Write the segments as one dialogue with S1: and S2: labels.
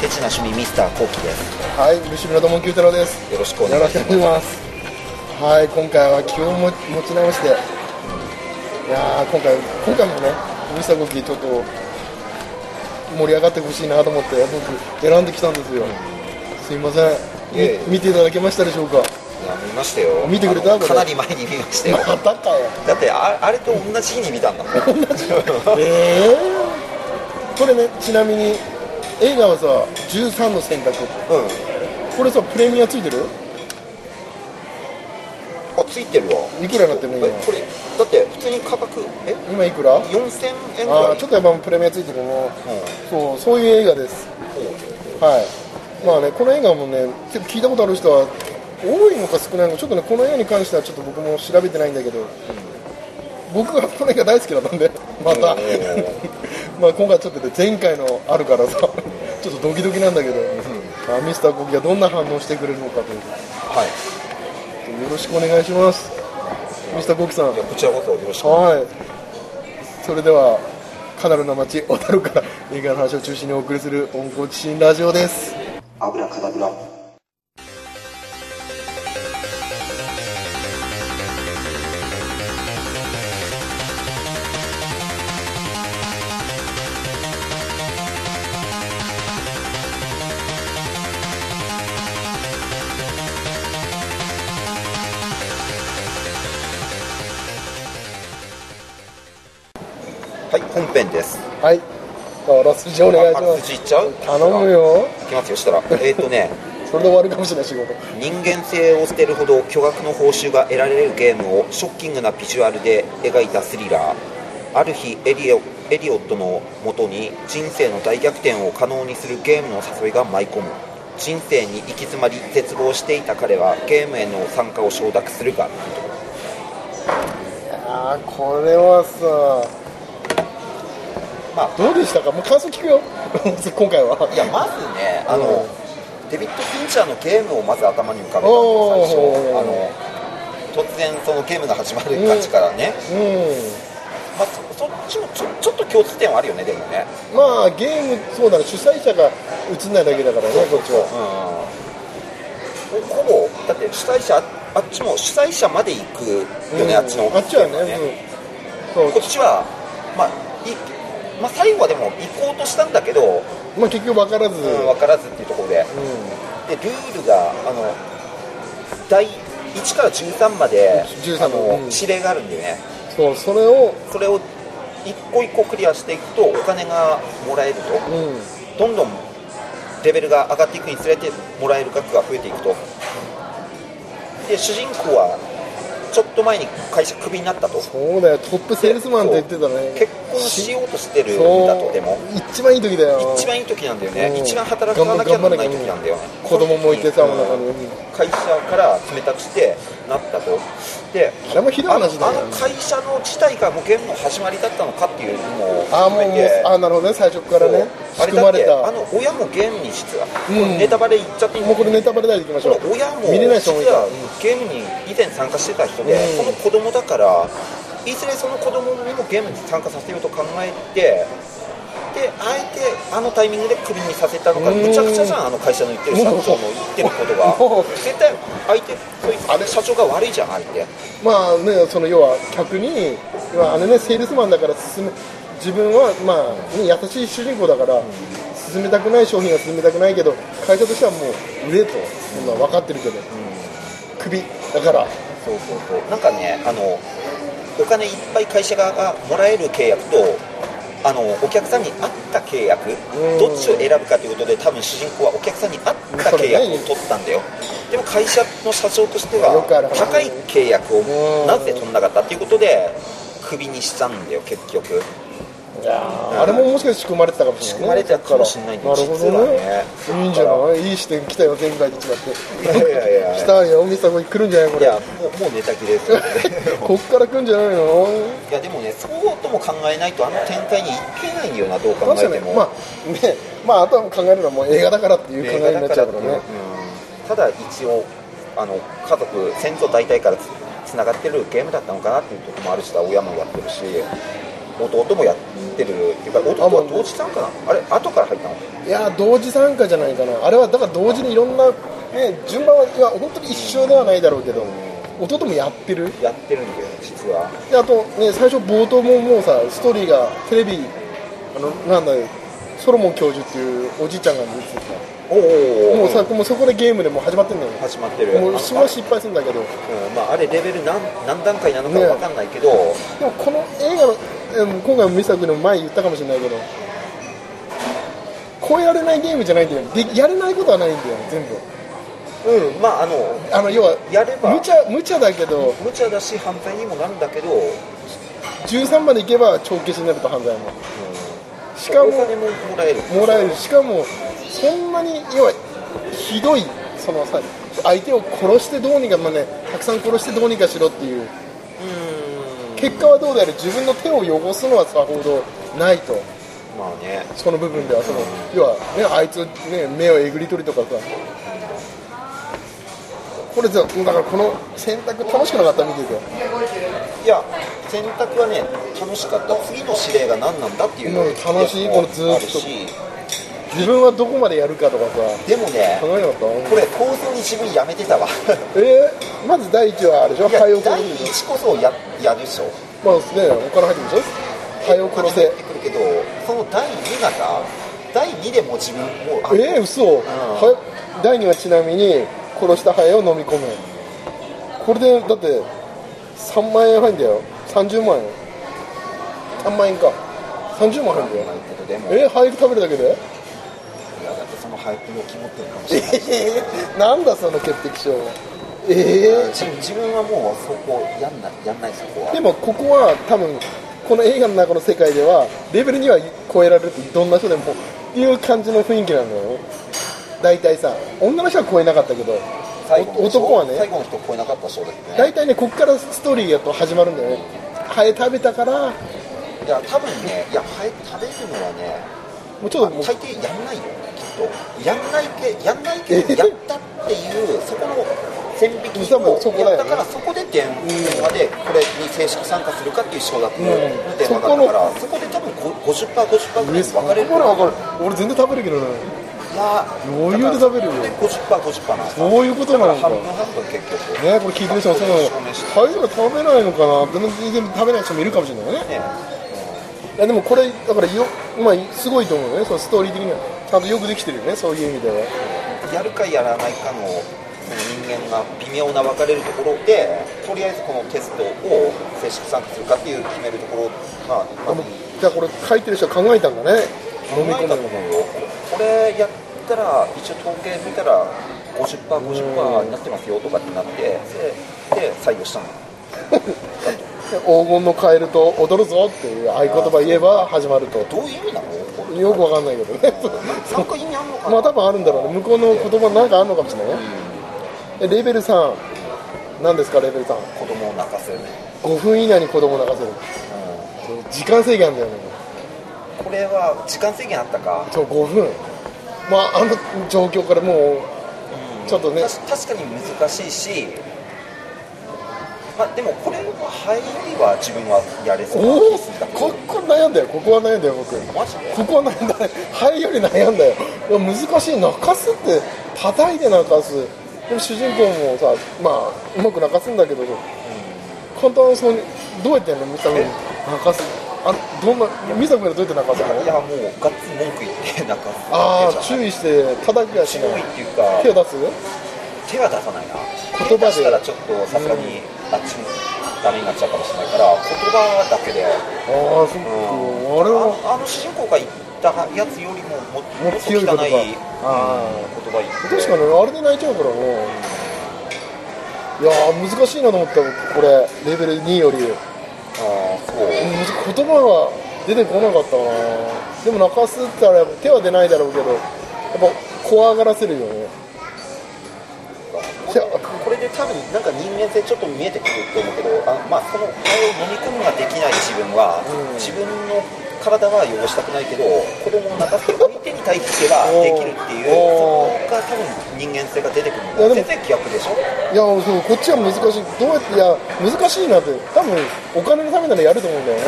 S1: ケチな趣味ミスターコウキです
S2: はい、西村友九太郎です。
S1: よろしくお
S2: よ
S1: 願
S2: ろ
S1: い
S2: し
S1: し
S2: く
S1: ま
S2: お
S1: す
S2: 願いします。はい、今回は気をも持ち直して。いやー、今回、今回もね、ミスターコキちょっと。盛り上がってほしいなと思って、僕選んできたんですよ。すいません
S1: いえいえ。
S2: み見ていただけましたでしょうか。
S1: いや見ましたよ
S2: 見てくれ
S1: あ
S2: た
S1: の
S2: これ
S1: かなり前に見ま したよ
S2: またかよ。
S1: だってああれと同じ日に見たんだもん同じ
S2: えーこれね、ちなみに。映画はさ、13の選択。
S1: うん
S2: これさ、プレミアついてる。
S1: あついてるわ
S2: いくらになってるの
S1: えこれだって普通に価格え
S2: 今いくら。
S1: 4000円ぐ
S2: あ
S1: ら
S2: あ、
S1: い
S2: ちょっとやっぱプレミアついてるね。
S1: うん
S2: そう、そういう映画です。はい。まあね、この映画もね、結構聞いたことある人は多いのか少ないのか、ちょっとね、この映画に関してはちょっと僕も調べてないんだけど、僕がこの映画大好きだったんで、 また、 まあ今回ちょっとね、前回のあるからさ、ち ょっとドキドキなんだけど、あミスターコキがどんな反応してくれるのかという
S1: はい
S2: よろしくお願いします。ミスターコキさん
S1: いや、こちらこそよろしく
S2: はい。それでは、カナルの街、小樽から映画の話を中心にお送りする、温厚知新ラジオです。
S1: 油かだぶらはい本編です
S2: はい。あらすじお願いし
S1: ああ
S2: ま
S1: らす
S2: す。
S1: じいっちゃう
S2: 頼むよ。
S1: いきますよしたらえっ、とね
S2: それで終わるかもしれない仕事。
S1: 人間性を捨てるほど巨額の報酬が得られるゲームをショッキングなビジュアルで描いたスリラーある日エリオエリオットのもとに人生の大逆転を可能にするゲームの誘いが舞い込む人生に行き詰まり絶望していた彼はゲームへの参加を承諾するが
S2: あー、これはさ、
S1: まあ
S2: どうでしたかもう感想聞くよ。 今回は。
S1: いやまずねあの、デビッド・フィンチャーのゲームをまず頭に浮かべた
S2: お
S1: の
S2: ー
S1: 最初あの突然そのゲームが始まる感じからね、
S2: う
S1: まあ、そそっちもちょちょっと共通点はあるよねでもね
S2: ん。まあ、ゲーム、そうだね、主催者が映んないだけだからね、こっちは。
S1: うんほほぼだって主催者ああっちも主催者まで行くよね、
S2: うん
S1: あっちの
S2: あっちはね、うん。そ
S1: こっちは、まあ、いまあ最後はでも行こうとしたんだけど、
S2: う。まあ、結局分からず。
S1: うん、分からずっていうところで
S2: うん
S1: でルールがあの第1から13まで
S2: 13
S1: あの、
S2: うん
S1: 指令があるんだよね
S2: そう、それを、
S1: それを一個一個クリアしていくとお金がもらえると
S2: うん。
S1: どんどんレベルが上がっていくにつれてもらえる額が増えていくとで主人公はちょっと前に会社クビになったと
S2: そうだよ、トップセールスマンって言ってたね。
S1: 結婚しようとしてるん
S2: そう
S1: だとでも
S2: 一番いい時だよ。
S1: 一番いい時なんだよね
S2: うん
S1: 一番働かなきゃならない時なんだよね
S2: 子供もいてさ、お腹
S1: うん
S2: に。
S1: 会社から冷たくしてなったとで
S2: あれもひどい
S1: あの
S2: 話だ
S1: あ
S2: よ
S1: の。会社の自体がもうゲームの始まりだったのかっていうのも
S2: ああ、も
S1: 含
S2: う、も
S1: め
S2: う
S1: て
S2: あなるほどね、最初か
S1: そ
S2: ら
S1: う
S2: ね、
S1: あ
S2: 仕
S1: れ
S2: 組
S1: だ
S2: ま
S1: っ
S2: れ
S1: て
S2: た。
S1: あの親もゲームに実は、
S2: うん
S1: ネタバレ言っちゃっていい
S2: もうこれネタバレでいきましょう。
S1: 親も
S2: 見れない人もい
S1: 実
S2: たら
S1: はゲームに以前参加してた人で、
S2: うん
S1: その子供だからいずれその子供にもゲームに参加させようと考えてであえてあのタイミングでクビにさせたのか
S2: うん
S1: むちゃくちゃじゃんあの会社の言ってる社長の言ってること
S2: も
S1: が
S2: う
S1: 絶対相手そいつ
S2: あれ
S1: 社長が悪いじゃん相手
S2: まあね、その要は客に、要はあのね、セールスマンだから進め、自分は、まあね、優しい主人公だから、進めたくない商品は進めたくないけど、会社としてはもう、売れと、そんな分かってるけど、クビだから、
S1: そうそうそうなんかねあのお金いっぱい会社側がもらえる契約とあのお客さんに合った契約
S2: ん
S1: どっちを選ぶかということで多分主人公はお客さんに合った契約を取ったんだよでも会社の社長として
S2: よくある
S1: は
S2: 話
S1: 高い契約
S2: う
S1: を
S2: ん
S1: なぜ取んなかったということでクビにしたんだよ結局
S2: いやーあれももしかして仕組まれてたかもし
S1: 仕
S2: れないね
S1: 組まれてたかもしれない
S2: だ
S1: け
S2: か
S1: ど
S2: らなる
S1: 実
S2: ほ
S1: は
S2: ど
S1: ね
S2: ねいいんじゃないいい視点来たよ前回と違
S1: いや
S2: って
S1: いやい や
S2: 来たよミサゴ来るんじゃないこ
S1: い
S2: れ
S1: やもうもうネタ切れですよね
S2: こっから来るんじゃないの
S1: いやでもねそうとも考えないとあの展開にいけないんだよなどう考え
S2: 確か
S1: て
S2: に
S1: も
S2: まあねまああとは考えるのはもう映画だからっていう考えになっちゃうからね
S1: ただ一応あの家族先祖代々からつつながってるゲームだったのかなっていうところもあるし親もやってるし弟もやってるっていうか弟は同時参加なのあれ後から入ったの
S2: いや同時参加じゃないかなあれはだから同時にいろんな、ね、順番はいや本当に一緒ではないだろうけど、弟もやってる
S1: やってるんだよね実は
S2: であとね最初冒頭ももうさストーリーがテレビあのなんだよソロモン教授っていうおじいちゃんが出てた
S1: おうおうお
S2: もうさ
S1: ん
S2: もうそこでゲームでもう始まってんのよ
S1: 始まってる
S2: もう
S1: あ
S2: それは失敗するんだけど
S1: うんまあ、あれレベル何何段階なのかわかんないけど、
S2: でもこの映画の、うん、今回もミサ君の前言ったかもしれないけど超えられないゲームじゃないんだよでやれないことはないんだよ全部
S1: うんまああの
S2: あの要は
S1: やれば
S2: 無茶無茶だけど
S1: 無茶だし犯罪にもなるんだけど、
S2: 13までいけば帳消しになると犯罪もし
S1: し
S2: か
S1: かも
S2: も
S1: お金ももらえる
S2: もらえるしかもそんなに要はひどいそのさ相手を殺してどうにかまあねたくさん殺してどうにかしろっていう
S1: うん
S2: 結果はどうであれ自分の手を汚すのはさほどないと
S1: まあね
S2: その部分ではその要はねあいつね目をえぐり取りとかさこれさだからこの選択楽しくなかった見てて
S1: いや選択はね楽しかった次の指令が何なんだっていうの
S2: うん楽しいものずーっと
S1: あるし
S2: 自分はどこまでやるかとかさ
S1: でもね
S2: 考えなかった
S1: これ構造に自分やめてた わい
S2: えー、まず第一はあれでしょ
S1: や
S2: 灰を殺
S1: 第
S2: すでし
S1: 一こそややるでしょ
S2: ょまあねお金入ってるでしょ灰を殺
S1: やっ
S2: せ
S1: てくるけどその第2がさ第2でもう自分もうあ
S2: えー、嘘は第二はちなみに殺した灰を飲み込むこれでだって3万円入るんだよ30万円3万円か30万入るんだよ
S1: ないけどでも
S2: えー、俳句食べるだけで
S1: いやだってその俳句の気持ってるかもしれない
S2: なんだその潔癖症え
S1: 自自分はもうそこやんないやんないそこは
S2: ー、でもここは多分この映画の中の世界ではレベルには超えられるってどんな人でもっていう感じの雰囲気なんだよ大体さ女の人は超えなかったけど
S1: 最後の
S2: お
S1: 人
S2: 男は
S1: 最
S2: ね
S1: 後の人超えなかったそうですね
S2: 大体ねここからストーリーやと始まるんだよねハエ食べたからも
S1: いや多分ねいや俳句食べるのはね
S2: うちょっともう
S1: 大抵やんないよねきっとやんないけやんないけどやったっていうそこの線引き
S2: 多分そこ
S1: を
S2: だよね
S1: やったからそこで電話でこれに正式参加するかっていう承諾の
S2: うん
S1: 電話だったからそこで多分ご 50%50% ぐらいに分かれる
S2: ほら分かる俺全然食べるけどね
S1: いや
S2: 余裕で食べるよ
S1: だからそこで 50%50% なんだ
S2: そういうことなんだ
S1: 半分半分結局
S2: ねこれ聞いてる人もそうなの灰とか食べないのかな全然食べない人もいるかもしれないよね
S1: ね
S2: いやでもこれだからよ、まあ、すごいと思うよねそのストーリー的にはちゃんとよくできてるよねそういう意味では
S1: やるかやらないかのその人間が微妙な分かれるところでとりあえずこのテストを正式参加するかっていう決めるところが、まあ、
S2: もうじゃあこれ書いてる人は考えたんだね飲み込ん
S1: 考えたと
S2: だの
S1: 思うよこれやったら一応統計見たら 50%50% になってますよとかってなってでで採用したの
S2: 黄金のカエルと踊るぞっていう合言葉言えば始まると
S1: どういう意味なのこれ
S2: よくわかんないけどね
S1: なんか意味あんのかな、
S2: まあ多分あるんだろうね向こうの言葉なんかあるのかもしれないねえレベル3何ですかレベル35
S1: 子供を泣かせるね、
S2: 分以内に子供泣かせる
S1: う
S2: 時間制限あるんだよね
S1: ん、これは時間制限あったか
S2: そう5分まああの状況からもうちょっとね
S1: 確確かに難しいし、まあ、でもこれは入りは自分はやれそうな
S2: お
S1: 気
S2: お
S1: がするんだけど
S2: ここ悩んだよここは悩んだよ僕
S1: マジで
S2: ここは悩んだね肺より悩んだよでも難しい泣かすって叩いて泣かすでも主人公もさまあうまく泣かすんだけど、簡単そうにどうやってやるのミサ君
S1: え
S2: 泣かすあどんなミサ君はどうやって泣かす
S1: い
S2: の
S1: やもうガッツ文句言ってなんか
S2: ああ
S1: 注
S2: 注意して叩きはしな
S1: 意
S2: い
S1: っていうか
S2: 手を出す
S1: 手は出さないな
S2: 言葉で
S1: 手出したらちょっとさすがにあっちもダメになっちゃうかもしれないから言葉だけで、
S2: ああそっかあれは
S1: ああの主人公が言ったやつよりももも
S2: も
S1: っと
S2: う強
S1: 汚い
S2: い
S1: 言葉言
S2: 言葉ああ
S1: って
S2: 確かにあれで泣いちゃうからもういやー難しいなと思った僕これレベル2よりうん
S1: ああそう、
S2: むず言葉が出てこなかったなでも泣かすって言ったら手は出ないだろうけどやっぱ怖がらせるよねじゃあ
S1: これで多分なんか人間性ちょっと見えてくると思うけどあまあその顔を飲み込むができない自分は、
S2: うん
S1: 自分の体は汚したくないけど子供を泣かせる相手に対してはできるっていう
S2: お
S1: そ
S2: ー
S1: こが多分人間性が出てく
S2: いや
S1: るの
S2: でも
S1: 全然逆でしょ
S2: いやそうこっちは難しいどうやっていや難しいなって多分お金のためならやると思うんだよね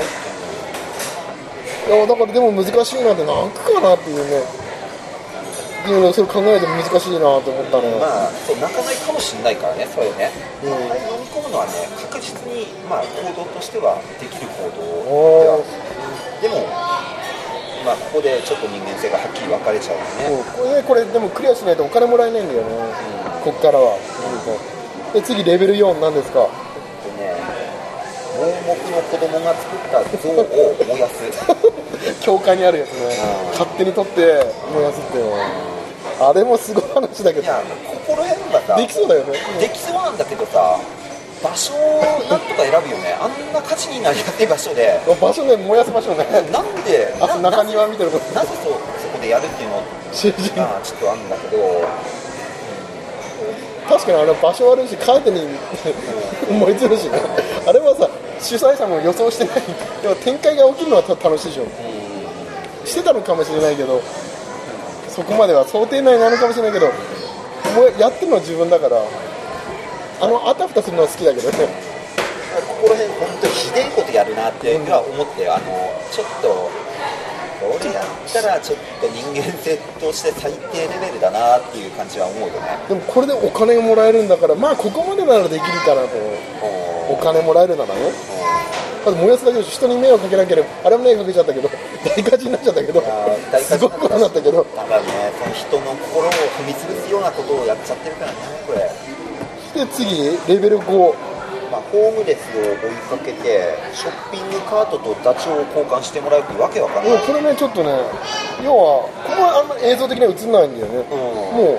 S2: いやだからでも難しいなって泣くかなっていうねっていうのをそれ考えても難しいなと思ったね、
S1: まあそう泣かないかもしれないからねそれね、
S2: うん
S1: あれ飲み込むのはね確実に、まあ、行動としてはできる行動で
S2: おー
S1: はでもまあここでちょっと人間性がはっきり分かれちゃうよね、
S2: そうこれねこれでもクリアしないとお金もらえないんだよね、こっからは、で次レベル4なんですか
S1: でね盲目の子供が作った像を燃や す
S2: 教会にあるやつね
S1: うん
S2: 勝手に取って燃やすっていうのはあれもすごい話だけ
S1: い
S2: ど
S1: やここら辺がさ
S2: できそうだよね
S1: できそうなんだけどさ場所をなんとか選ぶよねあんな価値になりやすい場所で
S2: 場所ね燃やす場所ね
S1: なんで
S2: あと
S1: な
S2: 中庭みたいなこと
S1: なぜそそこでやるっていうの
S2: 主人
S1: がちょっとあるんだけど
S2: 確かにあの場所悪いしカーテンに燃えてるしねあれはさ主催者も予想してないでも展開が起きるのはた楽しいでしょしてたのかもしれないけどそこまでは想定内なのかもしれないけどもうやってるのは自分だからあのあたふたするのは好きだけどね
S1: ここら辺本当にひでえことやるなっていうのは思ってあのちょっとこれやったらちょっと人間性として最低レベルだなっていう感じは思うよね
S2: でもこれでお金がもらえるんだからまあここまでならできるかなとお金もらえるならねだって燃やすだけでしょ人に迷惑かけなければあれも迷惑かけちゃったけど大火事になっちゃったけど
S1: ー大火事
S2: すごいことになったけ
S1: だ
S2: ど
S1: からねその人の心を踏み潰すようなことをやっちゃってるからねこれ
S2: で次レベル5
S1: まあ、ホームレスを追いかけてショッピングカートとダチョウを交換してもらうってわけわかんない、
S2: もうこれねちょっとね要はここはあんまり映像的には映んないんだよね、
S1: ん
S2: もう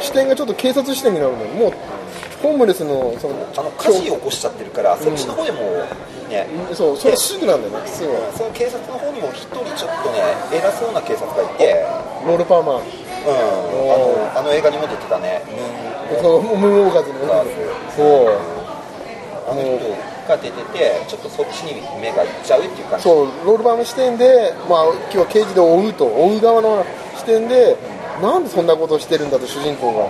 S2: 視点がちょっと警察視点になるんだよもうホームレスのその
S1: あの火事を起こしちゃってるから、そっちの方でもね、
S2: そうそれすぐなんだよねすぐ
S1: その警察の方にも一人ちょっとね偉そうな警察がいて、
S2: ロールパーマ
S1: うん、
S2: ン
S1: あのあの映画にも出てたね
S2: そうムーンウォーカーズの
S1: ガーズ
S2: そう
S1: あの人が出ててちょっとそっちに目がいっちゃうっていう感じ
S2: そうロールバーの視点で、まあ、今日は刑事で追うと追う側の視点でなんでそんなことをしてるんだと主人公が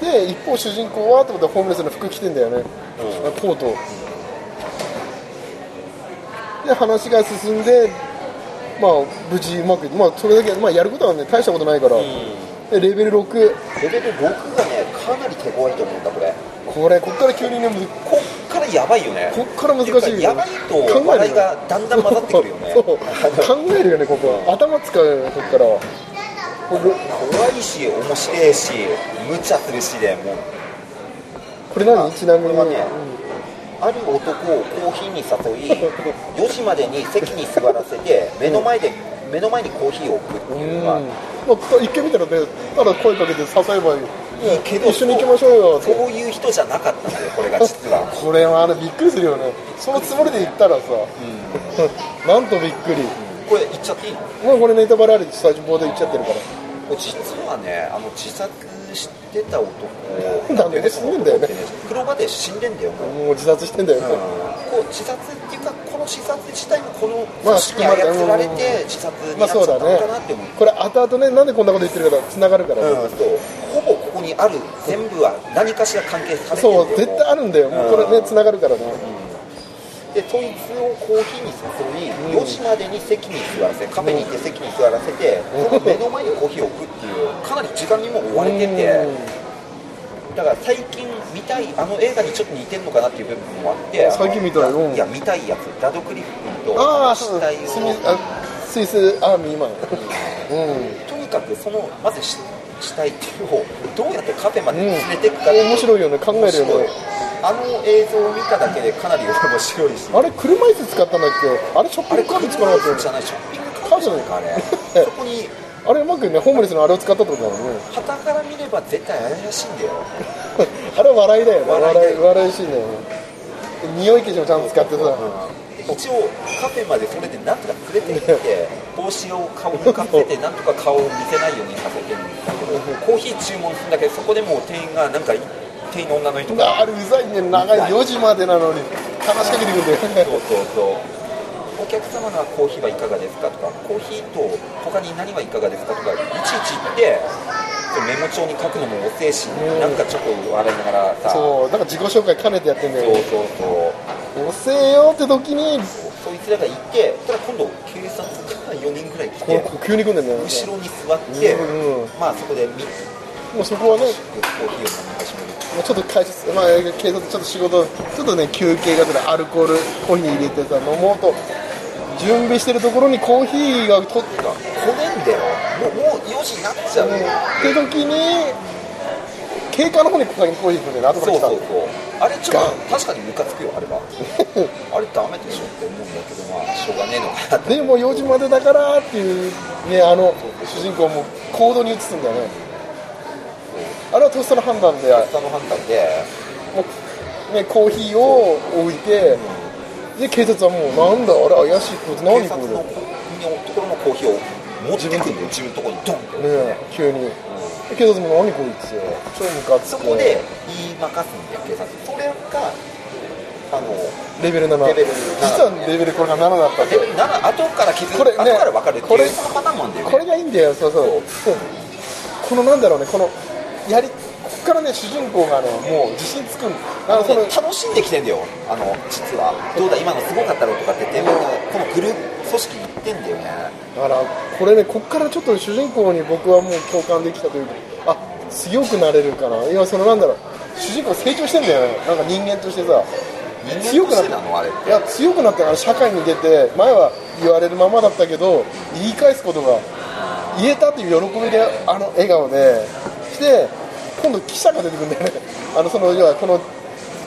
S2: で一方主人公はってことはホームレスの服着てんだよね、コートをで話が進んで、まあ、無事うまくいって、まあ、それだけ、まあ、やることは、ね、大したことないから、でレベル6
S1: レベル6がねかなり手強いと思うんだこれ
S2: これこっから急にねむず
S1: こっからやばいよね
S2: こっから難しいよ
S1: やばいと
S2: 考える
S1: 笑い
S2: よ
S1: がだんだん混ざってくるよね
S2: そう考えるよねここは頭使うよねこっからはこれ
S1: 怖いし面白いし無茶するしでもう
S2: これ何ちなみに、
S1: これはねある男をコーヒーに誘 い4時までに席に座らせて目の前で目の前にコーヒーを置くって
S2: う
S1: い
S2: ん
S1: うのが、
S2: まあ、一回見たらねただ声かけて誘えばいい
S1: いいけど
S2: 一緒に行きましょうよって
S1: そういう人じゃなかったんだよこれが実 は
S2: これはねびっくりするよねそのつもりで行ったらさ、なんとびっくり、
S1: これ言っちゃっていいの
S2: もうこれネタバレありで最初棒で行っちゃってるから
S1: 実はねあの自殺してた男
S2: なんでね死んでんだよね
S1: 風呂場で死んでんだよもう
S2: もう自殺してんだよね、
S1: こう自殺っていうかこの自殺自体もこの
S2: まあ
S1: 組織に操られて自殺にな
S2: まあ
S1: っちゃ
S2: そう
S1: った
S2: だ
S1: のか
S2: ね
S1: なって思う
S2: これ後々ねなんでこんなこと言ってるかつながるから、ね
S1: うん、そうほぼここにある全部は何かしら関係されてる
S2: そう絶対あるんだよ、もうこれねつながるからね、
S1: でそいつをコーヒーに誘い、4時までに席に座らせカフェに行って席に座らせて、その目の前にコーヒーを置くっていうかなり時間にもう追われてて、だから最近見たいあの映画にちょっと似てるのかなっていう部分もあって
S2: 最近見たいうん
S1: いや見たいやつラドクリフ君と
S2: ああ
S1: 死
S2: そう
S1: 体
S2: スミ
S1: を
S2: あスイスアーミーマンう
S1: とにかくそのまず死死体っていうのをどうやってカフェまで連れていくかって
S2: ん
S1: いう、
S2: 面白いよね考える
S1: 面
S2: よ
S1: 白い
S2: ね
S1: あの映像を見ただけでかなり面白いし
S2: あれ車椅子使ったんだっけあれショッ
S1: あ
S2: ピ
S1: れ
S2: ングカ
S1: カー
S2: ート
S1: ド
S2: 使
S1: 使わ
S2: わな
S1: な
S2: か
S1: かったたよねショッピングカード
S2: っよね
S1: じゃないかあれそこに
S2: あれうまくねホームレスのあれを使ったってことだもんね
S1: 旗から見れば絶対怪しいんだよ
S2: あれは笑いだよね
S1: 笑いだ
S2: 笑い
S1: よ
S2: 笑いシーンだよね匂い消しもちゃんと使ってさ
S1: 一応カフェまでそれでなんとか連れて行って帽子を顔にか けてなんとか顔を見せないようにさせてるんだけどコーヒー注文するんだけどそこでもう店員がなんか店員の女の人
S2: う
S1: が
S2: わあれうざいね長い4時までなのに話しかけてくるんだよ ね
S1: そうそうそうお客様のコーヒーはいかがですかとかコーヒーと他に何はいかがですかとかいちいち言ってそのメモ帳に書くのも遅えし、なんかちょっと笑いながらさ
S2: そうだから自己紹介兼ねてやってんだ
S1: そう
S2: よ
S1: そうそう
S2: 遅えよって時に
S1: そいつらがいてただ今度警察が4人ぐらい来
S2: これ
S1: て
S2: ここ急に来んねんね
S1: 後ろに座って、
S2: うんうん
S1: まあそこでみ
S2: もうそこはね
S1: 楽しくコーヒーを飲み始める
S2: まあちょっと会社、まあ、警察ちょっと仕事ちょっとね休憩がてらアルコールコーヒー入れてさ飲もうと準備してるところにコーヒーがとっ
S1: なんか来ねえんだよもうもう4時になっちゃうよ、
S2: て時に警官の方に先にコーヒー来るんだよね後か
S1: そ
S2: ら
S1: う
S2: 来た
S1: そうそうあれちょっ
S2: ガン
S1: と確かにムカつくよあれはあれダメでしょって思うんだけどまあしょうがねえのかなって
S2: でもう4時までだからっていうねあの主人公も行動に移すんだよねあれはとっさの判断で
S1: 明日の判断で
S2: もう、ね、コーヒーを置いてで警察はもうなんだあれ怪しいこいつ
S1: 警
S2: 何こ
S1: 察
S2: れ
S1: のところのコーヒーを持ってくんだよ自分のところにドンって、
S2: ね急に、警察も何こいつ超ムカつ
S1: そ
S2: く
S1: こで言い負かすんだよ警察それがあの
S2: レベル7
S1: レベル7
S2: 実はレベルこれが7だったんだ
S1: レベ
S2: よ
S1: ル7後から気づく
S2: これね
S1: 後から分かるって
S2: こ
S1: い
S2: れ
S1: うそのパターンもあるんだよね
S2: これがいいんだよそうそうこのなんだろうねこのやりここからね主人公がねもう自信つくん
S1: あの
S2: あのそ
S1: ね
S2: の
S1: 楽しんできてんだよあの実はどうだ今のすごかったろうとかって言ってこのグループ組織に行ってんだよね
S2: だからこれねここからちょっと主人公に僕はもう共感できたというかあ強くなれるかないやそのなんだろう主人公成長してんだよねなんか人間としてさ
S1: 人間としてなのあれって
S2: いや強くなったから社会に出て前は言われるままだったけど言い返すことが言えたっていう喜びであの笑顔でして今度記者が出てくるんだよね あのその要はこの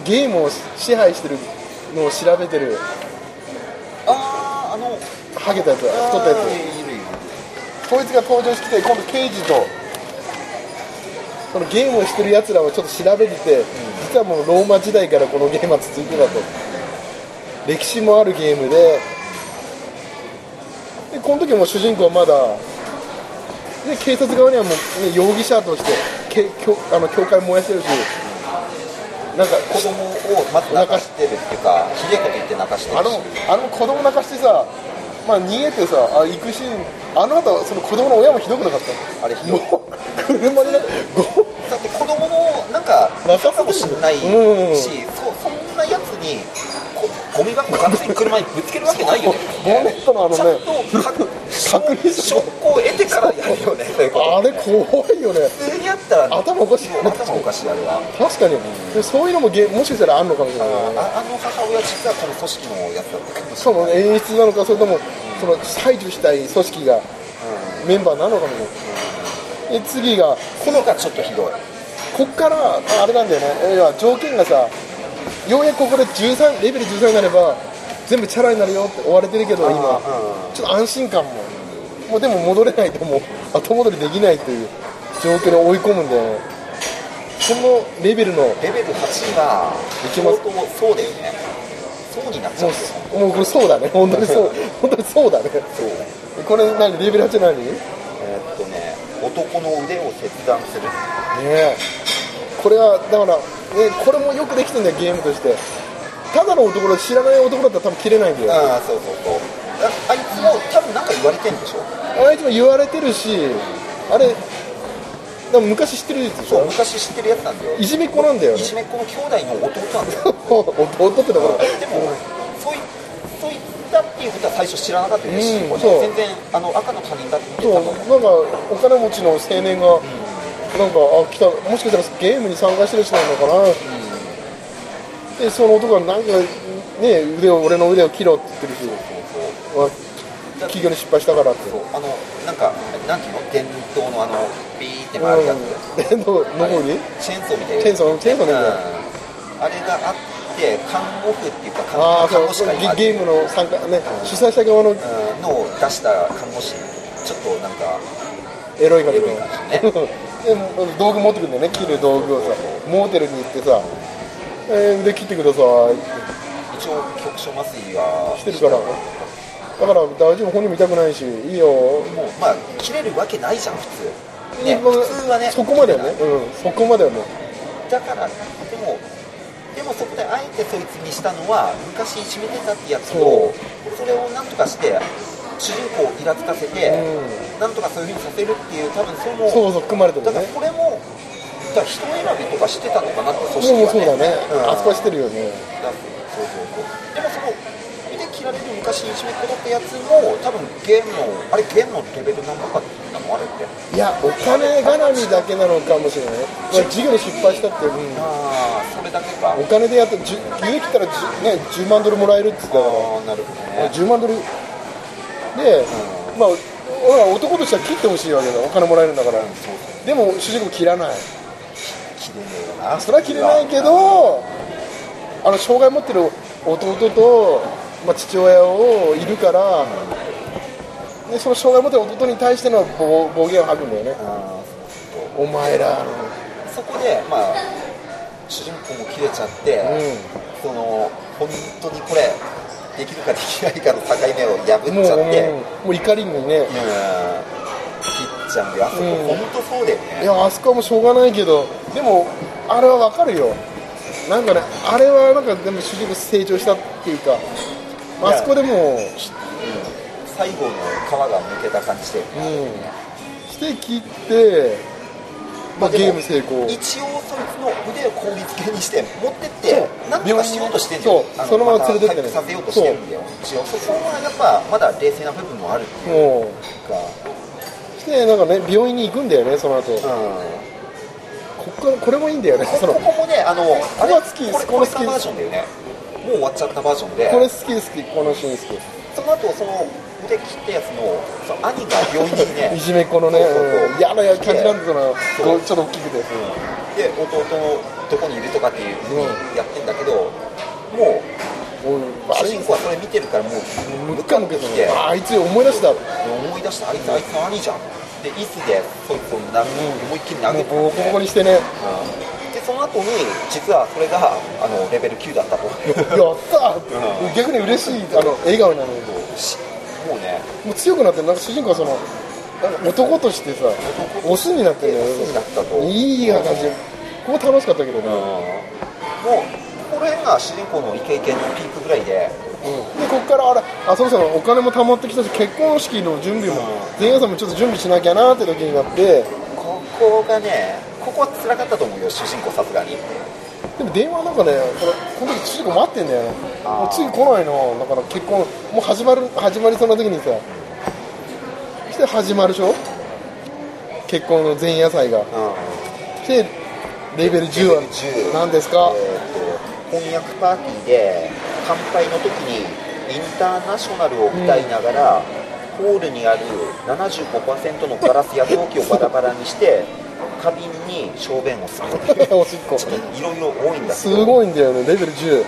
S2: ゲームを支配してるのを調べてる
S1: あああの
S2: ハゲたやつ太ったやつ
S1: いるいる
S2: こいつが登場してきて今度刑事とそのゲームをしてるやつらをちょっと調べてて、実はもうローマ時代からこのゲームは続いてたと歴史もあるゲームででこの時も主人公はまだで警察側にはもう、ね、容疑者としてけ教あの教会燃やしてるしなんか
S1: 子供をまず泣かしてるっていうかひでえこと言って泣かして
S2: あ
S1: るし
S2: のあの子供泣かしてさ、まあ、逃げてさあ行くシーンあの後その子供の親もひどくなかった
S1: あれひどい
S2: もう車にねご
S1: だって子供もなんか
S2: 泣かせてる
S1: かもしれないし、
S2: うん
S1: そうそんなやつにこゴミ箱を完全に車にぶつけるわけないよね
S2: ボンネットのあの
S1: ちゃん
S2: ね
S1: と確
S2: 確認す
S1: 証
S2: る
S1: 拠を得てからやるよねそういうこと
S2: あれ怖いよね
S1: 普通にやったら、
S2: 頭おかしいよね
S1: 頭おかしいあれは
S2: 確かにでもそういうのもゲもしかしたらあんのかもしれないね
S1: ああの母親実はこの組織のやつだったかもし
S2: そ
S1: れな
S2: の
S1: い
S2: 演出なのかそれともその排除したい組織がメンバーなのかもしれないで次が
S1: このがちょっとひどい
S2: こっからあれなんだよね要は条件がさようやくここで13レベル13になれば全部チャラになるよって追われてるけど今
S1: あ
S2: ちょっと安心感ももうでも戻れないともう後戻りできないという状況に追い込むんだよねそのレベルのも
S1: レベル8が
S2: いき
S1: 相
S2: ます
S1: 当そうだよねそうになっちゃうよ
S2: うもうこれそうだね本当に そう本当にそうだね
S1: そう
S2: これ何レベル8何ね
S1: えーっとね男の腕を切断する
S2: えこれはだから、ね、これもよくできてんだよゲームとしてただの男だ知らない男だったら多分切れないんだよ
S1: ああそうそうそうああいつも多分なんか言われてんでしょ
S2: あいつも言われてるし、あれ、でも昔知ってるやつでし
S1: そう
S2: ょ、
S1: 昔知ってるやつなんだよ
S2: いじめっ子なんだよ
S1: い
S2: ね、
S1: じめっ子の兄弟の弟なんだよ
S2: 弟ってだから、
S1: でもそういそういったっていうことは最初知らなかったですし、
S2: うん
S1: これ
S2: そう
S1: 全然あの赤の他人だって
S2: そう
S1: 言
S2: な
S1: ってたの
S2: んかお金持ちの青年が、なんか、あ来た、もしかしたらゲームに参加してる人なのかな、で、その男が、なんか、ね、腕を俺の腕を切ろうって言ってるし、まあ企業に失敗したからって。
S1: そうあのなんかなんていうの電動のあのビーって回るやつ、
S2: うんでどどこに
S1: チェーンソーみたいな
S2: チェーンソーチェーンソーね
S1: うんあれがあって看護婦っていうか看
S2: ああ、
S1: 看
S2: そう
S1: 護師会
S2: ゲゲームの参加、ね、主催者側の
S1: うんのを出した看護師ちょっとなんか
S2: エロいからね
S1: エロい感
S2: でも道具持ってくんだよね切る道具をさモーテルに行ってさ「えー、腕切ってください」っ
S1: 一応局所麻酔は
S2: てしてるからだから大丈夫本人見たくないしいいよ
S1: もうまあ切れるわけないじゃん普通ね
S2: まあ
S1: 普通はね
S2: そこまでよねうんそこまでよね
S1: だからでもでもそこであえてそいつにしたのは昔いじめてたってやつをそれをなんとかして主人公をイラつかせて、
S2: う
S1: なんとかそういうふうにさせるっていう多分それも
S2: そうそう組まれてる
S1: だから
S2: ね
S1: これもだから人選びとかしてたのかなって組織
S2: もう
S1: は
S2: そうだね、
S1: うん
S2: あそこはしてるよね
S1: だからそうそうそうでもその腕切られる昔いじめっ子だったやつも多分ゲームのあれゲームのレベルなんかかって言ったのあれって
S2: いやお金絡みだけなのかもしれない、まあ、事業に失敗したって、うん
S1: ああそれだけかあ
S2: お金でやったじゅ有益ったらじゅ、ね、10万ドルもらえるって言ってた
S1: あな
S2: から
S1: るほどね
S2: 10万ドルで、まあ俺ら男としては切ってほしいわけだお金もらえるんだから、でも主人公切らない
S1: 切れねえよな
S2: それは切れないけどあの障害持ってる弟と、まあ、父親をいるから、でその障害持ってる弟に対しての暴暴言を吐くんだよね
S1: あ
S2: お前ら
S1: ーそこでまあ主人公も切れちゃって、その本当にこれできるかできないかの境目を破
S2: も
S1: っ
S2: う
S1: ちゃって、うん、
S2: もう怒りにね
S1: 切っちゃうんであそこ
S2: うん
S1: 本当そうだよ
S2: い
S1: ね、
S2: やあそこはもうしょうがないけどでもあれはわかるよなんかねあれはなんかでも主人公成長したっていうか
S1: いや
S2: あそこでもう
S1: 最後の皮が抜けた感じで、
S2: うんして切って、まあ、
S1: でも
S2: ゲーム成功
S1: 一応そいつの腕を攻撃系にして持ってっ
S2: そう
S1: て何とかしようとしてんだよ
S2: そう
S1: あ
S2: そのまま連れてってね
S1: 回復させようとしてるんだよ一応そこはやっぱまだ冷静な部分もあるっていう
S2: も
S1: か
S2: うしてなんかね病院に行くんだよねその後こ
S1: うん
S2: っからこれもいいんだよね
S1: こ
S2: その
S1: こ
S2: こ
S1: もね、あの、あれ
S2: は好きです
S1: これ、
S2: こ
S1: こ
S2: れ
S1: れ
S2: 好きで
S1: さバー
S2: す
S1: ジョンだよね。もう終わっちゃったバージョンで、
S2: れ好き好きこのシーン好
S1: その後、その腕切ったやつの、その兄が病院に
S2: きい
S1: ね。
S2: じめっ子のね
S1: そうそうそう
S2: うん嫌なや感じなんだその
S1: そう
S2: ちょっと大きくて
S1: で、弟のどこにいるとかっていうふうにやってんだけど、もう
S2: お
S1: 主
S2: い悪い
S1: 人公はそれ見てるから、もう
S2: むっかむけ
S1: き
S2: て
S1: て、
S2: ああいつ思い出した
S1: 思い出した、あいつ、あいつの兄じゃん。で、椅子で、そいつをな思いっきり投
S2: も
S1: げ
S2: う
S1: て、
S2: ボコボコにしてねやっ
S1: で、その後に、実はそれが、あの、レベル9だったと。
S2: たーって逆に嬉しいあの笑顔になる
S1: し もうね、
S2: もう強くなってるなんか主人公はそのなんか男としてさオスになってるんだよ
S1: オスになったと
S2: いい感じここ楽しかったけどね、うん
S1: もうこの辺が主人公のイケイケのピークぐらいで
S2: でここからあれあそろそろお金も貯まってきたし結婚式の準備も前夜さんもちょっと準備しなきゃなーって時になって
S1: ここがねここは辛かったと思うよ主人公さすがに
S2: でも電話なんかねこれこの時主人公待ってんだよねもう次来ないのだから結婚もう始まる始まりそうな時にさそして始まるでしょ結婚の前夜祭が
S1: うん
S2: そしてレベル10は
S1: 10
S2: 何ですか、
S1: え ーと翻訳パーティーで乾杯の時にインターナショナルを歌いながら、ホールにある75%のガラスや容器をバラバラにして花瓶に小便をするっていう
S2: おしっこ
S1: ちょっといろいろ多いんだけ
S2: す
S1: ど
S2: ごいんだよねレベル10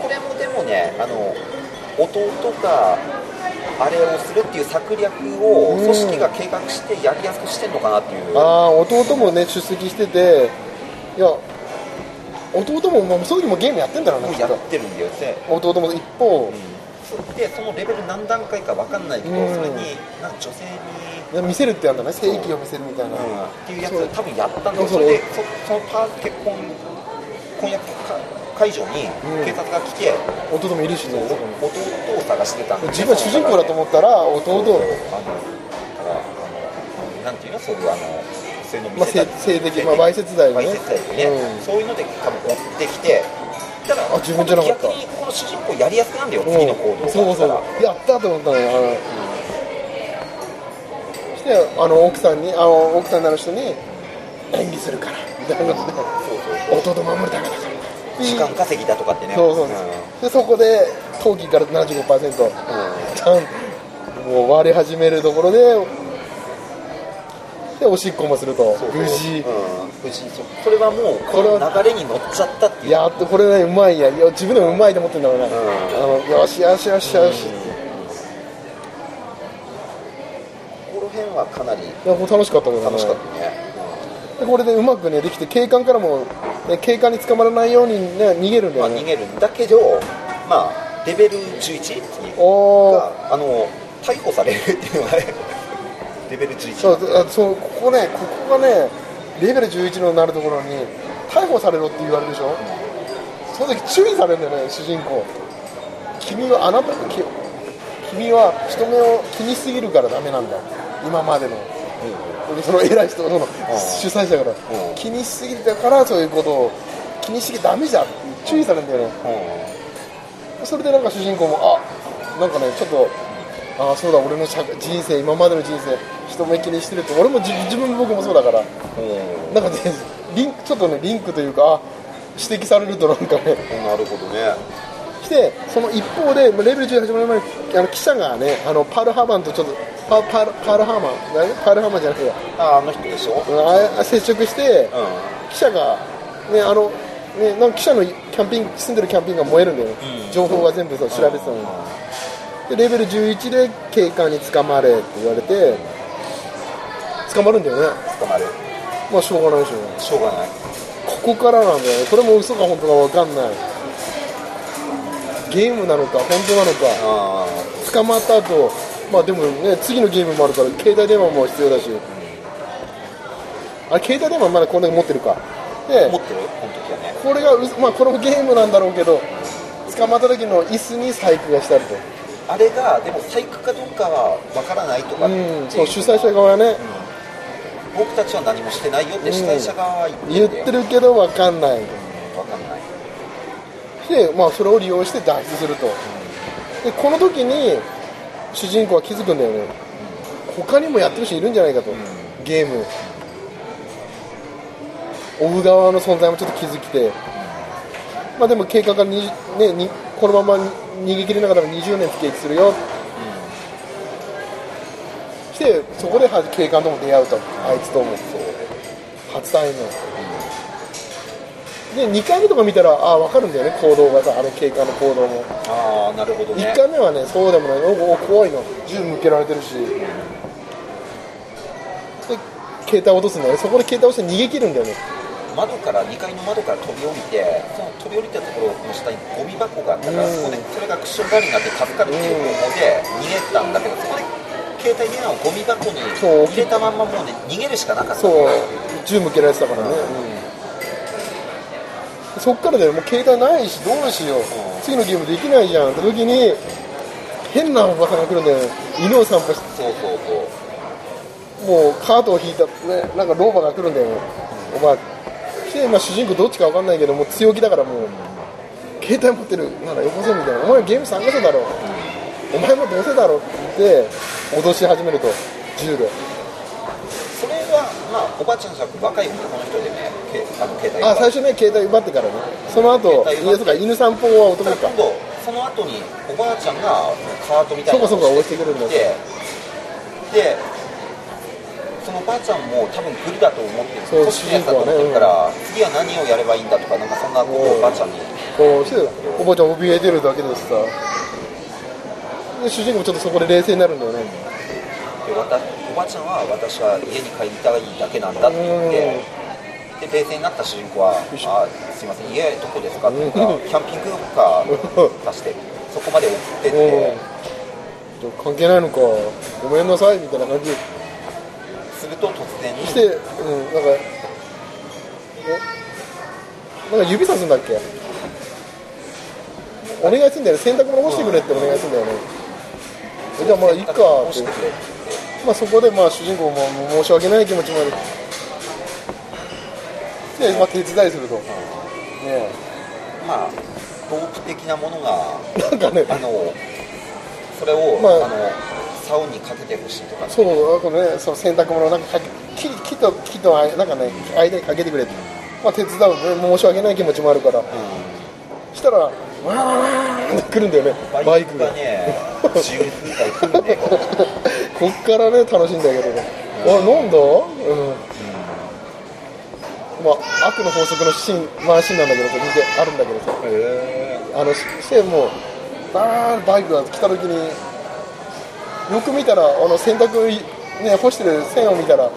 S1: これもでもねあの弟があれをするっていう策略を
S2: うん
S1: 組織が計画してやりやすくしてんのかなっていう、
S2: ああ弟もね出席してていや弟ももうその時もゲームやってんだろうな
S1: もう
S2: き
S1: や
S2: っと
S1: ってるんだよね、
S2: 弟も一
S1: う
S2: 方
S1: ん、でそのレベル何段階か分かんないけど、
S2: うん
S1: それになんか女性に、
S2: で見せるってやんだね正義を見せるみたいな、
S1: うんっていうやつを多分やったんだ
S2: そう
S1: よそれでそそのパー結婚婚約会場に
S2: ん
S1: 警察が来て、
S2: 弟もいるしねそこに
S1: 弟を探してたんだよ
S2: 自分は主人公だと思ったら
S1: そうそうあの
S2: 弟、
S1: だからあのなんていうのそういうあのそういうの見
S2: まあ、
S1: せた
S2: 性
S1: り
S2: 性的、まあ、わいせつだよ
S1: わい
S2: ね
S1: せつだよね、そういうので多分追ってきてだから
S2: あ自分じゃなかった
S1: 逆にこの主人公やりやすくなんだよ
S2: うん
S1: 次の行動
S2: う
S1: が
S2: ん、そうそう
S1: だか
S2: やったと思ったねあの、そしてあの奥さんにあの奥さんになる人に演技するからみたいな感
S1: らそうそう
S2: じで弟守るためだから
S1: 時間稼ぎだとかってね
S2: そうそうそう、でそこで陶器から75%ちゃんもう割れ始めるところででおしっこもすると無事、
S1: 無事そうこれはもうこ
S2: これは
S1: の流れに乗っちゃったっていう
S2: いやーってこれねうまいやいや自分でもうまいと思ってんだからね、
S1: う
S2: あのよしよしよしよし、
S1: この辺はかなり
S2: いやもう楽しかったもんね
S1: 楽しかったね、
S2: でこれでうまくねできて警官からも、ね、警官に捕まらないようにね逃げるんだ
S1: ま
S2: よ
S1: あ、逃
S2: ね、
S1: げるんだけどまあレベル11
S2: おお
S1: があの逮捕されるっていうのがねレベル11
S2: そうあそうここねここがねレベル11のなるところに逮捕されろって言われるでしょその時注意されるんだよね主人公君はあなたき君は人目を気にしすぎるからダメなんだ今までのその偉い人その主催者から
S1: うん
S2: 気にしすぎだからそういうことを気にしすぎダメじゃん注意されるんだよね
S1: う
S2: それでなんか主人公もあなんかねちょっとああそうだ俺の社人生今までの人生人目気にしてると俺も自自分も僕もそうだから
S1: お
S2: なんかねリンクちょっとねリンクというかあ指摘されるとなんかね
S1: なるほどね
S2: してその一方でまあレベル10始まる前にあの記者がねあのパールハーバンとちょっとパパールパールハーマン何パールハーマンじゃないや
S1: ああの人でしょうん
S2: ああ接触して記者がねあのねなんか記者のキャンピング住んでるキャンピングが燃えるんだよ、
S1: うん
S2: 情報が全部そう調べてたのに
S1: う
S2: でレベル11で警官に捕まれって言われて捕まるんだよね
S1: ん捕まる
S2: まあしょうがないでしょうね
S1: しょうがない
S2: ここからなんだよねこれも嘘か本当かわかんないゲームなのか本当なのか
S1: あ
S2: 捕まった後まあでもね次のゲームもあるから携帯電話も必要だしあれ携帯電話まだこんだけ持ってるか
S1: あ
S2: で
S1: 持ってるこの時はね
S2: これがうまあこれもゲームなんだろうけど捕まった時の椅子に細工がしてあると
S1: あれがでも細工かどうかはわからないとかっていう
S2: うんそう主催者側はね
S1: 僕たちは何もしてないよって主催者側は言
S2: 言っ
S1: って
S2: て
S1: る
S2: るけどわかんない
S1: わかんない
S2: で、まあ、それを利用して脱出するとでこの時に主人公は気づくんだよね他にもやってる人いるんじゃないかとゲーム追う側の存在もちょっと気づきて、まあ、でも計画がに、ね、にこのまま逃げ切れなかったら20年付き合いするよしてそこでは警官とも出会うとあいつとも初対面で2回目とか見たらああ分かるんだよね行動がさあの警官の行動も
S1: ああなるほどね
S2: 1回目はねそうでもないおお怖いの銃向けられてるしで携帯落とすんだよねそこで携帯落として逃げ切るんだよね
S1: 窓から2階の窓から飛び降りてその飛び降りたところの下にゴミ箱があったから、
S2: うん
S1: そこでそれがクッション代わりになってかぶかるっていう方法で逃げたんだけどそこで携帯電話をゴミ箱に
S2: そう
S1: 入れたまんまもうね逃げるしかなかった
S2: そう銃向けられてたからね、うんそっからだよもう携帯ないしどうしよう、次のゲームできないじゃんって時に変なおばさんが来るんだよね犬を散歩し
S1: そうそうそう
S2: もうカートを引いた、ね、なんか老婆が来るんだよ、おばあで、まあ、主人公どっちか分かんないけどもう強気だからもう携帯持ってるならよこせみたいなお前ゲーム参加者だろお前もどうせだろって言って脅し始めると銃で
S1: それはまあおばあちゃんじゃなく若い男の人でねけあの携帯
S2: あ最
S1: 初
S2: 初ね携帯奪ってからねその後
S1: 携帯
S2: い
S1: 奪
S2: や
S1: っ
S2: そうか犬散歩は男か
S1: 今度その後におばあちゃんがカートみたいなの
S2: そうかそうか押してくるんだ
S1: ででそのおばあちゃんも多分グルだと思ってる
S2: そう
S1: 年のやつだと思ってるから、次は何をやればいいんだとかなんかそんなことをおばあちゃんに
S2: こうしておばあちゃん怯えてるだけでさで主人公もちょっとそこで冷静になるんだよね
S1: でわたおばあちゃんは私は家に帰りたいだけなんだって言って、で冷静になった主人公は「
S2: し
S1: あすいません家どこですか?」って言ったら
S2: うん
S1: 「キャンピングカー出してそこまで送ってって、
S2: うん関係ないのかごめんなさいみたいな感じ
S1: すると突然に
S2: して、うん、なんか、おなんか指さすんだっけお願いすんだよね、洗濯物干してくれってお願いすんだよね。じゃあまあいいかって、
S1: 押してくれって言って
S2: まあそこでまあ主人公も申し訳ない気持ちもある。で、まあ手伝いすると。ねえ
S1: まあロープ的なものが
S2: なんかね、
S1: あのそれを、
S2: まあ
S1: あ、の竿にかけてほしいとか
S2: そう、なんかね、その洗濯物をなんかかけ木木と木とあいなんかね、間にかけてくれって。まあ手伝う、申し訳ない気持ちもあるから。したら、わーわーわーって来るんだよね、
S1: バ
S2: バ
S1: イ
S2: イ
S1: ク
S2: ク
S1: が
S2: が。
S1: ね自由に来るんで
S2: こっからね、楽しいんだけどね。あ、なんだうん。まあ、悪の法則のシーン、まあ、シーンなんだけどさ、見てあるんだけどさ。
S1: へ
S2: あの、しして、もう、バーンバイクが来た時に、よく見たら、あの、洗濯い、ね、干してる線を見たら、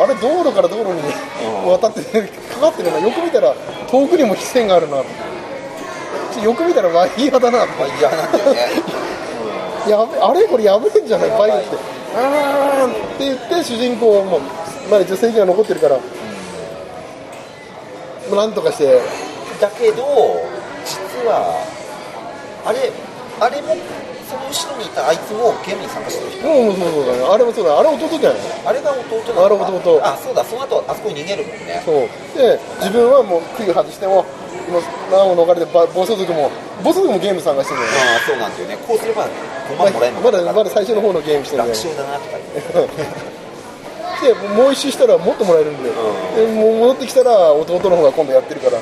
S2: あれ、道路から道路に
S1: うん
S2: 渡って、かかってるな。よく見たら、遠くにも線があるな。ちょよく見たら、ワイヤーだな。
S1: まあ嫌なんだよね
S2: やべあれこれやべえんじゃない
S1: やば
S2: バ
S1: い
S2: イクってあーって言って主人公もまだ女性が残ってるから、もうなんとかして
S1: だけど実はあれあれもその後ろにいたあいつもゲームに参加してる人
S2: うんそうそうだねあれもそうだあれ弟じゃない
S1: あれが弟なのか
S2: あれ弟
S1: あそうだその後あそこに逃げるもんね
S2: そうで自分はもう杭を外しても今難を逃れてば暴走族も暴走族もゲーム探してるんだ
S1: ま
S2: よね
S1: あそうなんですよねこうすれば5万もらえるの
S2: ま
S1: か
S2: だ
S1: な
S2: まだ最初の方のゲームしてるん
S1: 楽
S2: だ
S1: 勝だなと
S2: よね
S1: か言って
S2: でもう一周したらもっともらえるんだよ、でもう戻ってきたら弟の方が今度やってるから、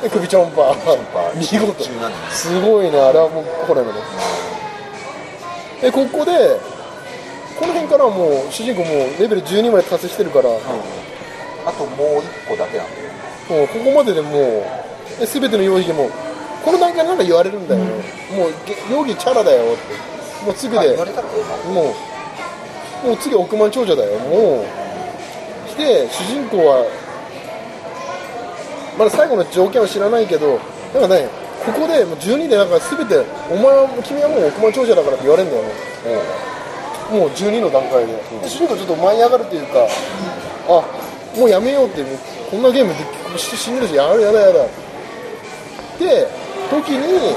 S2: で首ちょんぱ
S1: ぱ
S2: 見事
S1: 17年
S2: すごいねあれはもうこれのねでここでこの辺からはもう主人公もうレベル12まで達成してるから、も
S1: あともう1個だけなんだよ
S2: うここまででもうで全ての容疑でもうこの段階でなんか言われるんだよね、もうげ容疑チャラだよってもうすぐ
S1: あ
S2: で
S1: 言われたって今
S2: もう、もう次、億万長者だよ、もう、来て、主人公は、まだ最後の条件は知らないけど、なんかね、ここでもう12で、なんかすべて、お前は、君はもう億万長者だからって言われるんだよね、もう12の段階で、で主人公、ちょっと舞い上がるというか、あもうやめようって、もうこんなゲームでして死んでるし、やだやだやだ。で、時に、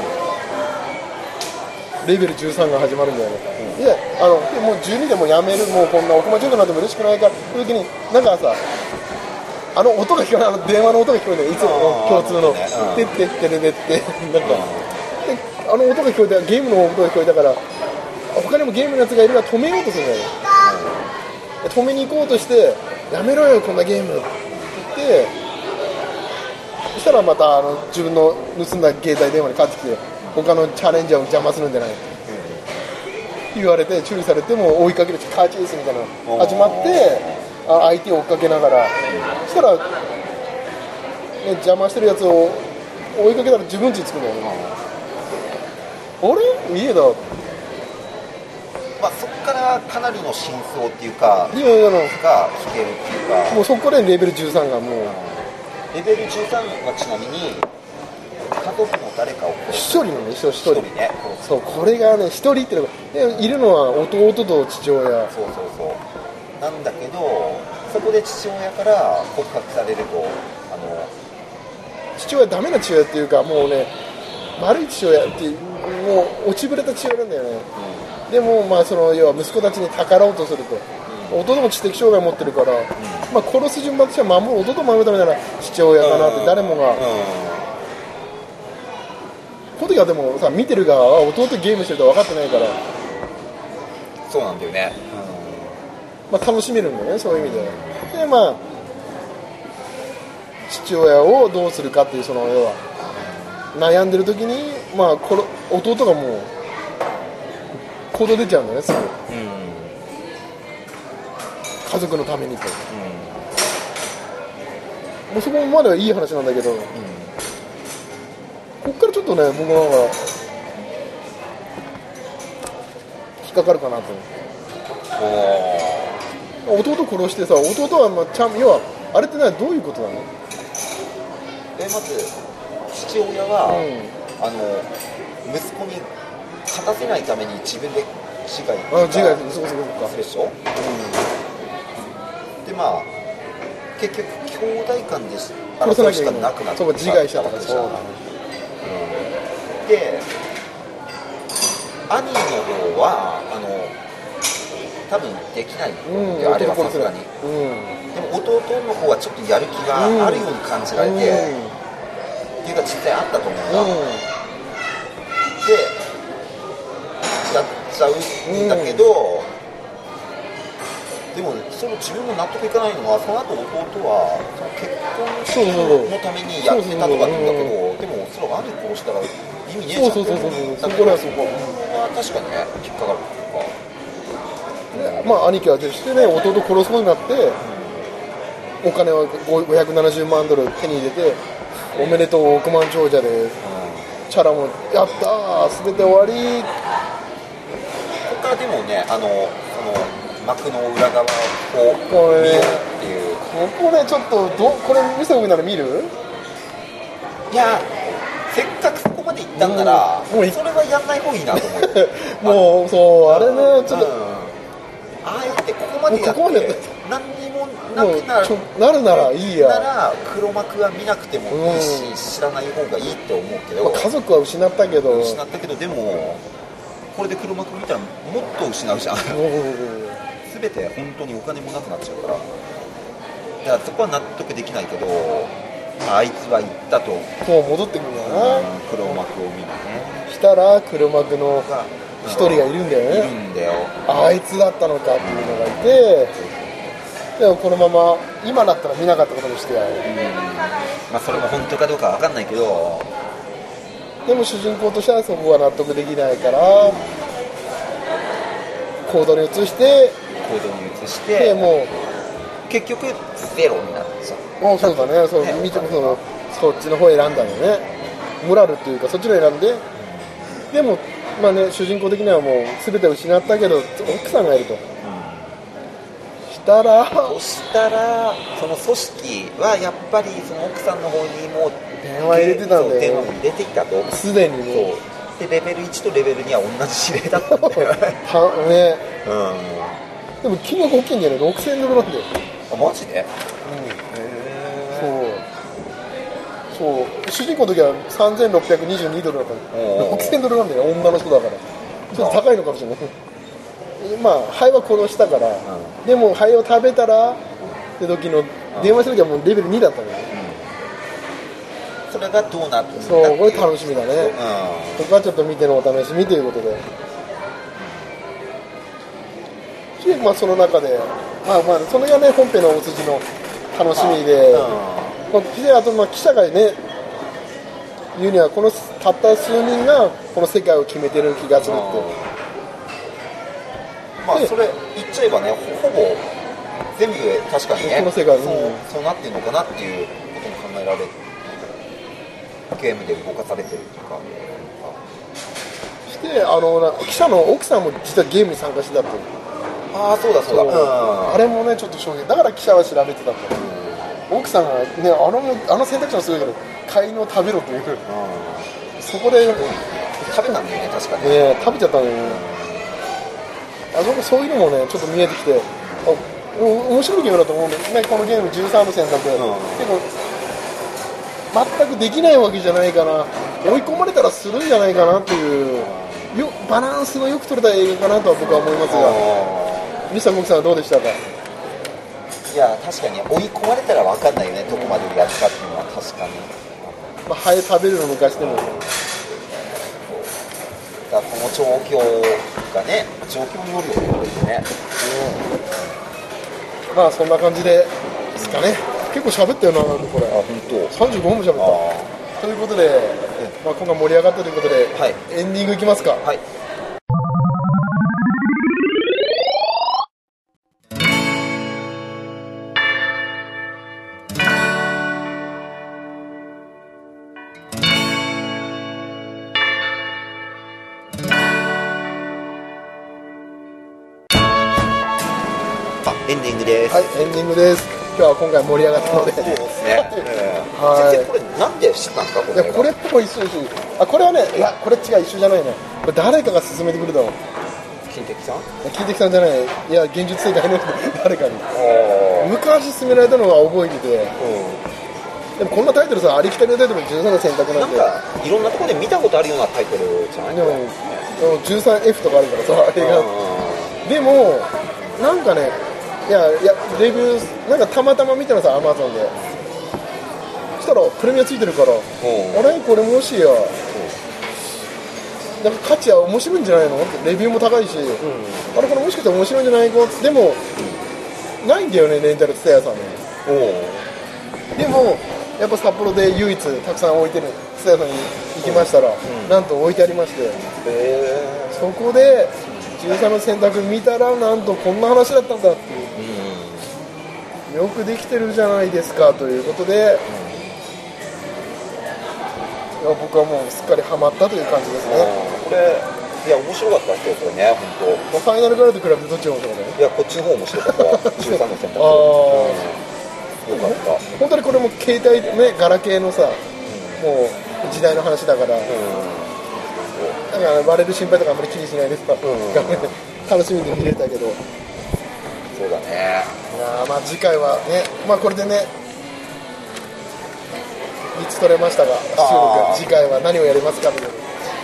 S2: レベル13が始まるんだよね、であのでもう12でもやめるもうこんな億万長者なんても嬉しくないからという時になんかさあの音が聞こえるあの電話の音が聞こえるんだよいつも
S1: あー
S2: の共通の
S1: なるほど
S2: 「て
S1: ね
S2: ってってれれ」ってなんかであの音が聞こえたゲームの音が聞こえたから他にもゲームのやつがいるから止めようとするんだよねで止めに行こうとして「やめろよこんなゲーム」って言ってそしたらまたあの自分の盗んだ携帯電話に帰ってきて他のチャレンジャーを邪魔するんじゃない言われて注意されても追いかけるしカーチェイスみたいなのが始まってあ相手を追っかけながらそしたら、ね、邪魔してるやつを追いかけたら自分家に着くんだよねあれ家だ
S1: まあそこからかなりの真相っていうか
S2: 今今の
S1: が聞けるっていうか
S2: もうそこでレベル13がもう
S1: レベル13はちなみに家族の誰かを
S2: 一人のね一人一
S1: 一人
S2: 人
S1: ね殺す
S2: そうこれがね一人ってのがでいるのは弟と父親
S1: そうそうそうなんだけどそこで父親から告白されるとあの
S2: 父親ダメな父親っていうかもうね悪い父親っていうもう落ちぶれた父親なんだよねでもまあその要は息子たちにたからおうとすると、弟も知的障害持ってるから、まあ、殺す順番としては守る弟を守るためなら父親かなって誰もが、
S1: うん
S2: この時はでもさ見てる側は弟ゲームしてると分かってないから、
S1: そうなんだよね
S2: まあ、楽しめるんだよねそういう意味ででまあ父親をどうするかっていうその要は悩んでる時に、まあ、この弟がもう行動出ちゃうんだよねすぐ
S1: うん、うん
S2: 家族のためにともうそこまではいい話なんだけど、こっからちょっとね僕なんか引っかかるかなと
S1: お
S2: 弟殺してさ弟はまあちゃん要はあれってのはどういうことなの
S1: ーでまず父親は、あの息子に勝たせないために自分で自害っていうか
S2: あ自害そうそうそうか
S1: するでしょ、でまあ結局兄弟間で
S2: 殺さ
S1: 争
S2: な
S1: う
S2: きゃ
S1: し
S2: いけ
S1: か
S2: な
S1: ないくなって
S2: そうか自害した
S1: わ
S2: と
S1: け
S2: か
S1: でし
S2: そう
S1: ょで兄の方はあの多分できない
S2: うん
S1: であれはさすがに
S2: う
S1: でも弟の方はちょっとやる気があるように感じられて、っていうか実際あったと思う
S2: うん
S1: な、でやっちゃうんだけど、でもその自分も納得いかないのはその後弟はその結
S2: そうそうそう
S1: 婚のためにやってたとかって言うんだけどでもそれは兄殺したら意味ねえじゃん
S2: そうそうそうそう
S1: だ
S2: そこだよそこ
S1: は確かにね引っかかるっていうか
S2: でまあ兄貴は決してね弟殺そうになってお金を5 570万ドル手に入れておめでとう億万長者ですチャラもやったー捨てて終わり
S1: ここからでもねあのその幕の裏側をこう見ようっていう
S2: ここねちょっとどこれ見せた方がいいなら見る
S1: いやせっかくそこまで行ったんなら、
S2: うんもうい
S1: それはやんない方がいいなと思う
S2: もうそうあれねちょっ
S1: う
S2: と
S1: んああやってここまでやって
S2: もうここまでやっ
S1: 何にも
S2: もう
S1: なくな
S2: ちょ
S1: る
S2: なるならいいや
S1: なら黒幕は見なくてもいいし、
S2: うん
S1: 知らない方がいいって思うけど、
S2: まあ家族は失ったけど
S1: 失ったけどでもこれで黒幕見たらもっと失うじゃん
S2: うん
S1: 全て本当にお金もなくなっちゃうからだからそこは納得できないけどあいつは行ったと、うん
S2: こう戻ってくるんだよな
S1: 黒幕を見にね
S2: したら黒幕の一人がいるんだ
S1: い
S2: よ
S1: る
S2: ね
S1: んだよ
S2: あいつだったのかっていうのがいてでもこのまま今だったら見なかったことにしてやる
S1: まあそれも本当かどうかわかんないけど
S2: でも主人公としてはそこは納得できないから行動に移して
S1: 行動に移し
S2: で
S1: て
S2: も
S1: 結局ゼロになっちゃう
S2: うあそうだねそう見てもそのそっちの方選んだのねモラルっていうかそっちの選んででもまあね主人公的にはもう全て失ったけど奥さんがいるとしたら
S1: そしたらその組織はやっぱりその奥さんの方にもう
S2: 電話入れてたん
S1: そう
S2: だ
S1: 電
S2: よ
S1: 話入れていたと
S2: すでにもう
S1: そうでレベル1とレベル2は同じ指令だったんだよね
S2: はね
S1: うん
S2: でも金額大きいんだよね6000ドルなんだよ、
S1: あマジで
S2: そうそう主人公の時は3622ドルだった
S1: おー
S2: の6000ドルなんだよね女の人だからちょっと高いのかもしれないまあ灰は殺したから、
S1: ん
S2: でも灰を食べたらって時の電話した時はもうレベル2だったのよ、
S1: それがどうなってんだってい
S2: そうこれ楽しみだね
S1: うん
S2: ここはちょっと見てのお試し見ということでで、まあ、その中で、まあまあ、それがね本編のお筋の楽しみで、まあであとまあ記者がね言うにはこのたった数人がこの世界を決めてる気がするって
S1: まあ
S2: で
S1: それ言っちゃえばねほほぼ全部確かにね
S2: この世界
S1: そう
S2: うん
S1: そうなってるのかなっていうことも考えられるゲームで動かされてるとか
S2: してあのな記者の奥さんも実はゲームに参加してたって
S1: ああそうだそうだ
S2: あれもねちょっと衝撃だから記者は調べてたって奥さんがねあのあの選択肢もすごいけど買いの食べろというそこで、ね、
S1: 食べたんだよね確かに
S2: 食べちゃったのよねあそこそういうのもねちょっと見えてきてあお面白いゲームだと思うんだねこのゲーム13の選択、
S1: ん
S2: 結構全くできないわけじゃないかな追い込まれたらするんじゃないかなっていうよバランスのよく取れた映画かなとは僕は思いますがミスターコクさんはどうでしたか
S1: いや確かに追い込まれたら分かんないよねどこまでやるかっていうのは確かに
S2: まあ、ハエ食べるの昔でも、
S1: だからこの状況がね状況によるよねこれね
S2: まあそんな感じでですかね結構喋ったよななんかこれ
S1: あ本当
S2: 35分も喋った
S1: あ
S2: ということで、まあ、今回盛り上がったということで、
S1: はい
S2: エンディングいきますか、
S1: あはいあエンディングです、
S2: はいエンディングです今日は今回盛り上がったので
S1: そうですね。
S2: はい
S1: 先生これなんで知ったんですかこ
S2: い
S1: れ
S2: や
S1: が。
S2: これっぽい一緒一緒あこれはねいやこれ違う一緒じゃないねこれ誰かが勧めてくれたの
S1: 金的さん。
S2: 聞いてきたんじゃないいや現実世界の誰かに
S1: あ
S2: 昔勧められたのが覚えてて
S1: あ。
S2: でもこんなタイトルさありきたりのタイトルで13の選択
S1: な
S2: なんんて
S1: かいろんなところで見たことあるようなタイトルじゃない。
S2: で
S1: う
S2: もで
S1: ん
S2: も 13F とかあるからさ映画でもなんかねいやいやレビューなんかたまたま見たのさアマゾンでそしたらプレミアついてるからあ
S1: うん
S2: れこれもしやなんか価値は面白いんじゃないのってレビューも高いし、あれこれもしかしたら面白いんじゃないかでもないんだよねレンタルツタヤさんね
S1: おう
S2: でもやっぱ札幌で唯一たくさん置いてるツタヤさんに行きましたら、なんと置いてありまして
S1: へ
S2: そこで13の選択見たらなんとこんな話だったんだっていう
S1: え。うん。
S2: よくできてるじゃないですかということで、いや僕はもうすっかりハマったという感じですね、
S1: これいや面白かったですよこれね本
S2: まあファイナルガールと比べてどっちが面白いね
S1: 当。いやこっちの方面白かったわ。十三の選択。
S2: あ
S1: うんよかった。
S2: 本当にこれも携帯ねガラケーのさ、もう時代の話だから、だから割れる心配とかあんまり気にしないですか、 楽しみに見れたけど
S1: そうだね。
S2: いやーまあ次回はねまあこれでね3つ取れましたが
S1: あー
S2: 収録次回は何をやりますかという、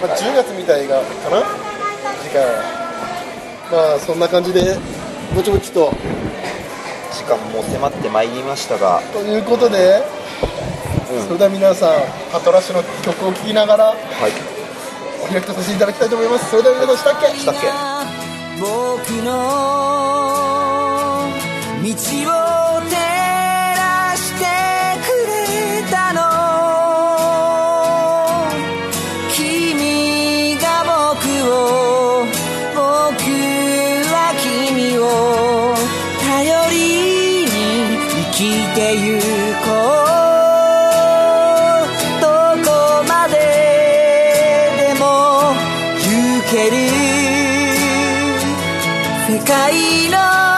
S2: まあ、10月みたいがかな次回はまあそんな感じでぼちぼちと
S1: 時間も迫ってまいりましたが、
S2: ということでそれでは皆さんパトラッシュの曲を聴きながら
S1: はい
S2: お開きとさせていただきたいと思いますそれでは皆さんしたっけ
S1: したっけ
S3: 僕の道を照らしてくれたの君が僕を僕は君を頼りに生きてゆこうどこまででも行ける世界の